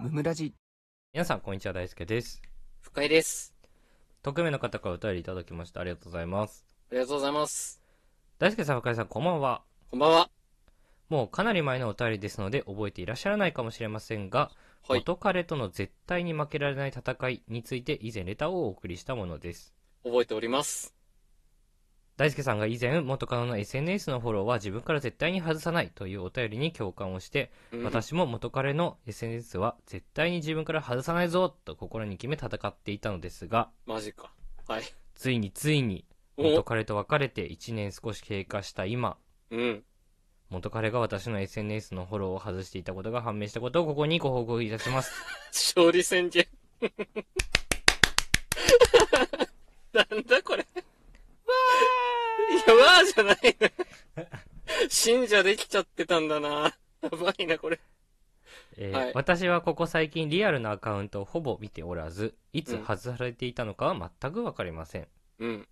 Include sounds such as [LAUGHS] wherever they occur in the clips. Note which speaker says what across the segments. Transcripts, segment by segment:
Speaker 1: ムムラジ
Speaker 2: 皆さん、こんにちは。大輔です。
Speaker 3: 深井です。
Speaker 2: 匿名の方からお便りいただきました。ありがとうございます。
Speaker 3: ありがとうございます。
Speaker 2: 大輔さん、深井さん、こんばんは。
Speaker 3: こんばんは。
Speaker 2: もうかなり前のお便りですので、覚えていらっしゃらないかもしれませんが、
Speaker 3: はい。
Speaker 2: 元彼との絶対に負けられない戦いについて、以前レターをお送りしたものです。
Speaker 3: 覚えております。
Speaker 2: 大輔さんが以前、元彼の SNS のフォローは自分から絶対に外さないというお便りに共感をして、
Speaker 3: うん、
Speaker 2: 私も元彼の SNS は絶対に自分から外さないぞと心に決め戦っていたのですが、
Speaker 3: マジか。はい。
Speaker 2: ついについに元
Speaker 3: お
Speaker 2: 彼と別れて1年少し経過した今、
Speaker 3: うん。
Speaker 2: 元彼が私の SNS のフォローを外していたことが判明したことをここにご報告いたします。
Speaker 3: [LAUGHS] 勝利宣言。 [LAUGHS] なんだこれ。わーいや、わーじゃないな。信者できちゃってたんだな。やばいな、これ。
Speaker 2: えー
Speaker 3: はい
Speaker 2: 私はここ最近リアルなアカウントをほぼ見ておらず、いつ外されていたのかは全くわかりません。
Speaker 3: うん。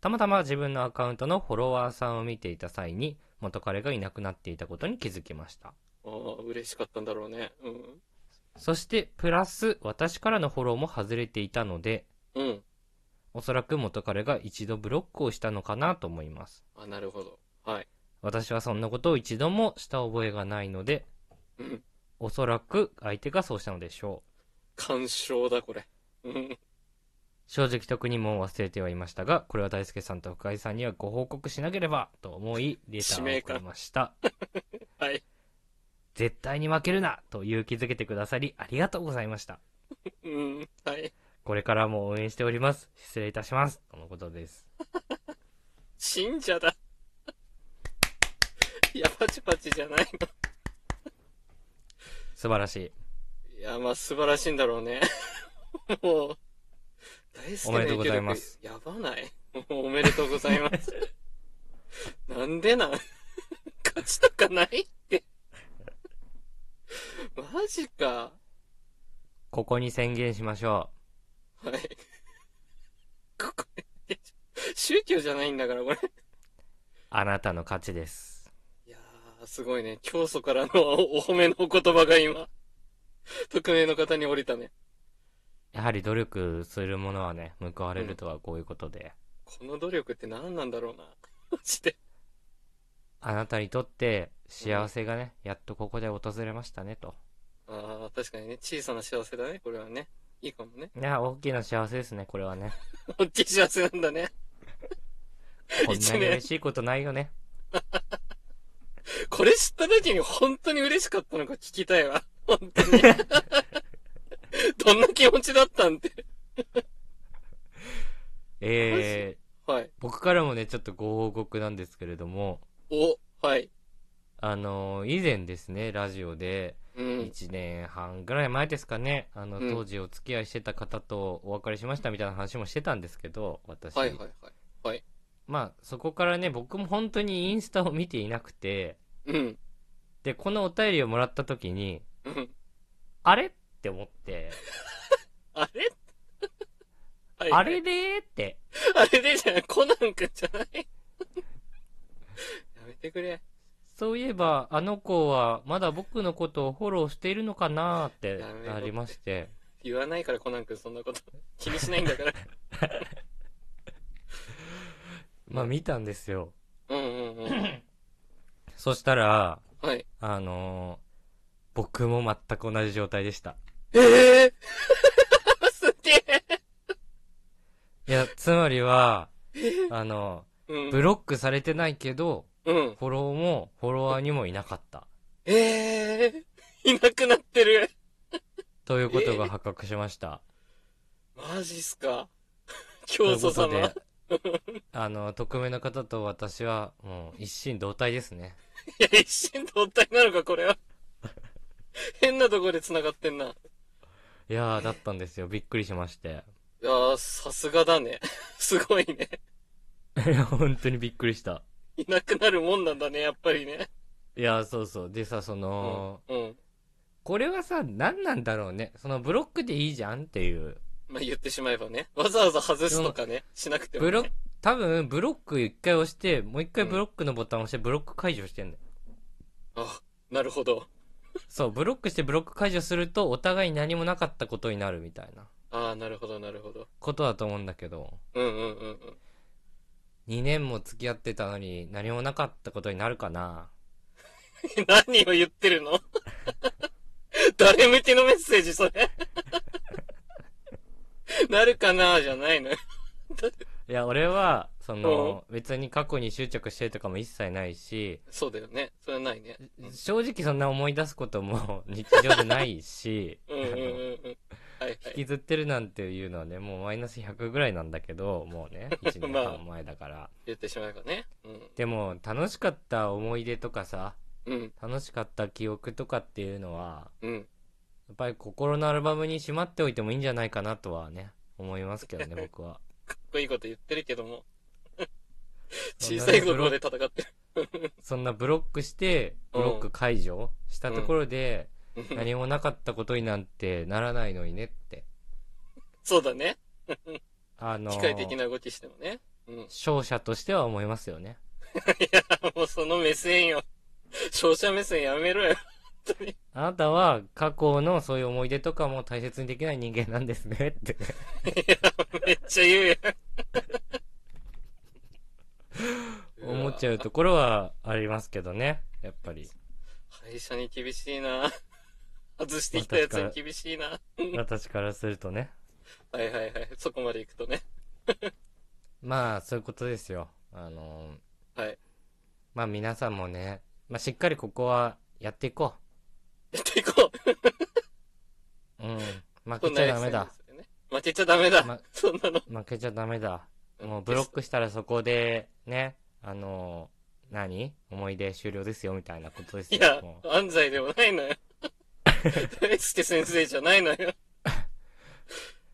Speaker 2: たまたま自分のアカウントのフォロワーさんを見ていた際に、元彼がいなくなっていたことに気づきました。
Speaker 3: ああ、嬉しかったんだろうね。うん。
Speaker 2: そして、プラス、私からのフォローも外れていたので、
Speaker 3: うん。
Speaker 2: おそらく元彼が一度ブロックをしたのかなと思います。
Speaker 3: あ、なるほど。はい。
Speaker 2: 私はそんなことを一度もした覚えがないので、
Speaker 3: うん。
Speaker 2: おそらく相手がそうしたのでしょう。
Speaker 3: 干渉だ、これ。うん。
Speaker 2: 正直特にもう忘れてはいましたが、これは大輔さんと深井さんにはご報告しなければと思い、レターを送りました。
Speaker 3: はい。
Speaker 2: 絶対に負けるなと勇気づけてくださり、ありがとうございました。
Speaker 3: うん。はい。
Speaker 2: これからも応援しております。失礼いたします。とのことです。
Speaker 3: 信者だ。 [LAUGHS] いや、パチパチじゃないの。
Speaker 2: 素晴らしい。
Speaker 3: いや、まあ、素晴らしいんだろうね。 [LAUGHS] もう、大好き
Speaker 2: おめでとうございます。
Speaker 3: やばない。もうおめでとうございます。 [LAUGHS] なんでなん [LAUGHS] 勝ちとかないって。マジか。
Speaker 2: ここに宣言しましょ
Speaker 3: はい。ここ、いや [LAUGHS] 宗教じゃないんだから、これ。
Speaker 2: う。あなたの勝ちです。
Speaker 3: いやー、すごいね。教祖からの [LAUGHS] おお褒めのお言葉が今、匿名の方に降りたね。
Speaker 2: やはり努力するものはね、報われるとはこういうことで。
Speaker 3: この努力って何なんだろうな。マジで。
Speaker 2: あなたにとって幸せがね、やっとここで訪れましたねと。
Speaker 3: ああ、確かにね。小さな幸せだね、これはね。いいかもね。
Speaker 2: いや、大きな幸せですね、これはね。
Speaker 3: 大きい幸せなんだね。
Speaker 2: こん
Speaker 3: [LAUGHS] 一
Speaker 2: な
Speaker 3: 年
Speaker 2: に嬉しいことないよね。
Speaker 3: これ知った時に本当に嬉しかったのか聞きたいわ。本当に。
Speaker 2: [LAUGHS]
Speaker 3: どんな気持ちだったんって。
Speaker 2: えー、
Speaker 3: はい。
Speaker 2: 僕からもね、ちょっとご報告なんですけれども、
Speaker 3: お、はい。
Speaker 2: あのー以前ですね、ラジオで、
Speaker 3: うん。
Speaker 2: 1年半ぐらい前ですかね、あの、
Speaker 3: うん
Speaker 2: 当時お付き合いしてた方とお別れしましたみたいな話もしてたんですけど、私。
Speaker 3: はいはいはい。
Speaker 2: まあ、そこからね、僕も本当にインスタを見ていなくて、
Speaker 3: うん。
Speaker 2: で、このお便りをもらった時に、
Speaker 3: うん。
Speaker 2: あれって思って、
Speaker 3: あれ [LAUGHS] は
Speaker 2: [LAUGHS]
Speaker 3: い
Speaker 2: あれでーって。
Speaker 3: あれでじゃないコナンくんじゃないやめてくれ。
Speaker 2: そういえば、あの子はまだ僕のことをフォローしているのかなーって
Speaker 3: やめろ
Speaker 2: なりまして、
Speaker 3: 言わないからコナンくんそんなこと。気にしないんだから。
Speaker 2: まあ見たんですよ。
Speaker 3: うんうんうん。
Speaker 2: そしたら、
Speaker 3: はい。
Speaker 2: あのー僕も全く同じ状態でした。
Speaker 3: え
Speaker 2: [LAUGHS]
Speaker 3: えすげえ
Speaker 2: いや、つまり [LAUGHS] は、あの、
Speaker 3: うん
Speaker 2: ブロックされてないけど、
Speaker 3: うん。
Speaker 2: フォローも、フォロワーにもいなかった。
Speaker 3: ええいなくなってる。
Speaker 2: ということが発覚しま [LAUGHS] した。
Speaker 3: マジっすか。
Speaker 2: とい
Speaker 3: 教
Speaker 2: うこ
Speaker 3: 祖
Speaker 2: とで
Speaker 3: 様。、
Speaker 2: あの、匿名の方と私は、もう一心同体ですね。
Speaker 3: いや、一心同体なのか、これは。変なとこで繋がってんな。い
Speaker 2: いやー、だったんですよ。びっくりしまして。
Speaker 3: やー、さすがだね。すごいね。
Speaker 2: いや、 [LAUGHS] 本当にびっくりした。
Speaker 3: いなくなるもんなんだね、やっぱりね。
Speaker 2: いや、そうそう。でさ、そ
Speaker 3: うん
Speaker 2: の、。
Speaker 3: うん。
Speaker 2: これはさ、何なんだろうね。そのブロックでいいじゃんっていう。
Speaker 3: まあ、言ってしまえばね。わざわざ外すとかね、しなくても、ね。
Speaker 2: ブロック、多分、ブロック一回押して、もう一回ブロックのボタンを押して、ブロック解除してんのよ。
Speaker 3: あ、なるほど。
Speaker 2: そう、ブロックしてブロック解除すると、お互いに何もなかったことになるみたいな
Speaker 3: ああ、なるほど、なるほど。
Speaker 2: ことだと思うんだけど、
Speaker 3: うんうんうんうん。
Speaker 2: 2年も付き合ってたのに何もなかったことになるかな。
Speaker 3: [LAUGHS] 何を言ってるの [LAUGHS] 誰向けのメッセージ、それ。 [LAUGHS] なるかなじゃないの。
Speaker 2: いや、俺は、その、別に過去に執着してとかも一切ないし、
Speaker 3: そうだよね。それはないね。うん
Speaker 2: 正直そんな思い出すことも [LAUGHS] 日常でないし、あ
Speaker 3: うんうんうん
Speaker 2: の
Speaker 3: うん。はいは
Speaker 2: 引
Speaker 3: い。
Speaker 2: きずってるなんていうのはね、もうマイナス100ぐらいなんだけど、も
Speaker 3: [LAUGHS]
Speaker 2: うね、1年半前だから。
Speaker 3: 言ってしまえばね。うん。
Speaker 2: でも、楽しかった思い出とかさ、
Speaker 3: うん。
Speaker 2: 楽しかった記憶とかっていうのは、
Speaker 3: うん。
Speaker 2: やっぱり心のアルバムにしまっておいてもいいんじゃないかなとはね、思いますけ
Speaker 3: [LAUGHS]
Speaker 2: どね、僕は。
Speaker 3: かっこいいこと言ってるけ
Speaker 2: [LAUGHS]
Speaker 3: ども。小さい頃で戦って
Speaker 2: そんなブロックして、
Speaker 3: う
Speaker 2: ブ
Speaker 3: ん
Speaker 2: ロック解除したところで、
Speaker 3: る。
Speaker 2: 何もなかったことになんてならないのにねって。
Speaker 3: そうだね。
Speaker 2: あのー
Speaker 3: 機械的な動きしてもね。うん。い
Speaker 2: 勝者としては思いますよね。
Speaker 3: や、 [LAUGHS] もうその目線よ。 [LAUGHS] 勝者目線やめろよ。 [LAUGHS] 本当に。
Speaker 2: あなたは過去のそういう思い出とかも大切にできない人間なんですね
Speaker 3: [LAUGHS]
Speaker 2: って。
Speaker 3: いや、めっちゃ言うや
Speaker 2: [LAUGHS]
Speaker 3: ん。
Speaker 2: 思っちゃ
Speaker 3: う
Speaker 2: うところはありますけどね、やっ
Speaker 3: [LAUGHS]
Speaker 2: ぱり。
Speaker 3: わ。会社に厳しいな。 [LAUGHS] 外してきたやつに厳しいな。
Speaker 2: 私からするとね。
Speaker 3: はいはいはい。そこまで行くとね。
Speaker 2: まあ、そういうことですよ。あのー
Speaker 3: はい。
Speaker 2: まあ皆さんもね、まあしっかりここはやっていこ
Speaker 3: やっていこう。
Speaker 2: う。うん。 [LAUGHS] 負けちゃダメだ。
Speaker 3: そんなエッセンスよね。負けちゃダメだ。
Speaker 2: ま
Speaker 3: そんなの。
Speaker 2: 負けちゃダメだ。もうブロックしたらそこで、ね、あのー何思い出終了ですよみたいなことです
Speaker 3: い
Speaker 2: よ。
Speaker 3: や
Speaker 2: も、う
Speaker 3: 安西でもないのよ。大輔先生じゃないのよ。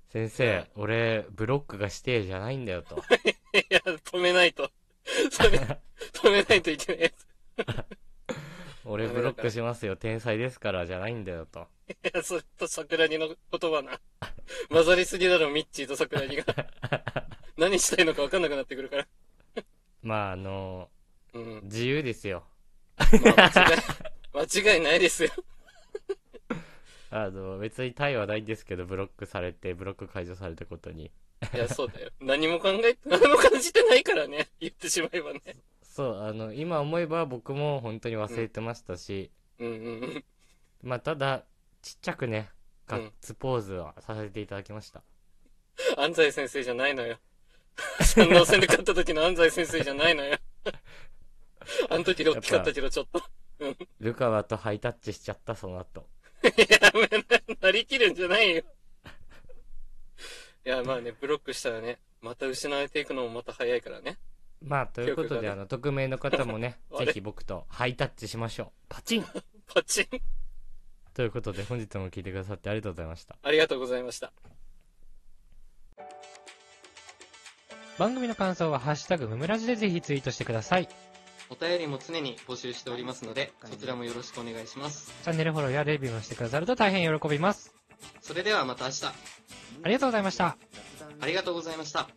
Speaker 2: 先生、俺、ブロックが指定じゃないんだよと。
Speaker 3: いや、止めないと。
Speaker 2: [LAUGHS]
Speaker 3: それ、止めないといけないやつ。
Speaker 2: 俺ブロックしますよ、天才ですからじゃないんだよと。
Speaker 3: いや、それと桜木の言葉な。混ざりすぎだろ、ミッチーと桜木が。何したいのか分かんなくなってくるから。
Speaker 2: まああの
Speaker 3: うん
Speaker 2: ー。 [LAUGHS] 自由ですよ。
Speaker 3: まあ、間違い、間違いないですよ。
Speaker 2: あの、別に対はないんですけど、ブロックされて、ブロック解除されたことに。
Speaker 3: いや、そうだよ。何も考え、何も感じてないからね。言ってしまえばね。
Speaker 2: そう、あの、今思えば僕も本当に忘れてましたし、
Speaker 3: うんうんうん。
Speaker 2: まあただ、ちっちゃくね、
Speaker 3: うん
Speaker 2: ガッツポーズはさせていただきました。
Speaker 3: 安西先生じゃないのよ。三能戦で勝った時の安西先生じゃないのよ。あの時大きかったけど、ちょっと。
Speaker 2: ルカワとハイタッチしちゃった、その後。
Speaker 3: い [LAUGHS] ややめな、なりきるんじゃないよ。いや、まあね、ブロックしたらね、また失われていくのもまた早いからね。
Speaker 2: まあ、ということ
Speaker 3: 記憶
Speaker 2: で、
Speaker 3: が
Speaker 2: あ
Speaker 3: ね、
Speaker 2: の、匿名の方もね
Speaker 3: [LAUGHS] あれ
Speaker 2: ぜひ僕とハイタッチしましょう。パチン
Speaker 3: パチン。
Speaker 2: ということで、本日も聞いてくださってありがとうございました。
Speaker 3: ありがとうございました。
Speaker 2: 番組の感想は、ハッシュタグムムラジでぜひツイートしてください。チ
Speaker 3: お便りも常に募集しておりますので、そちらもよろしくお願いします。
Speaker 2: ャンネルフォローやレビューもしてくださると大変喜びます。
Speaker 3: それではまた明日、
Speaker 2: ありがとうございました。
Speaker 3: ありがとうございました。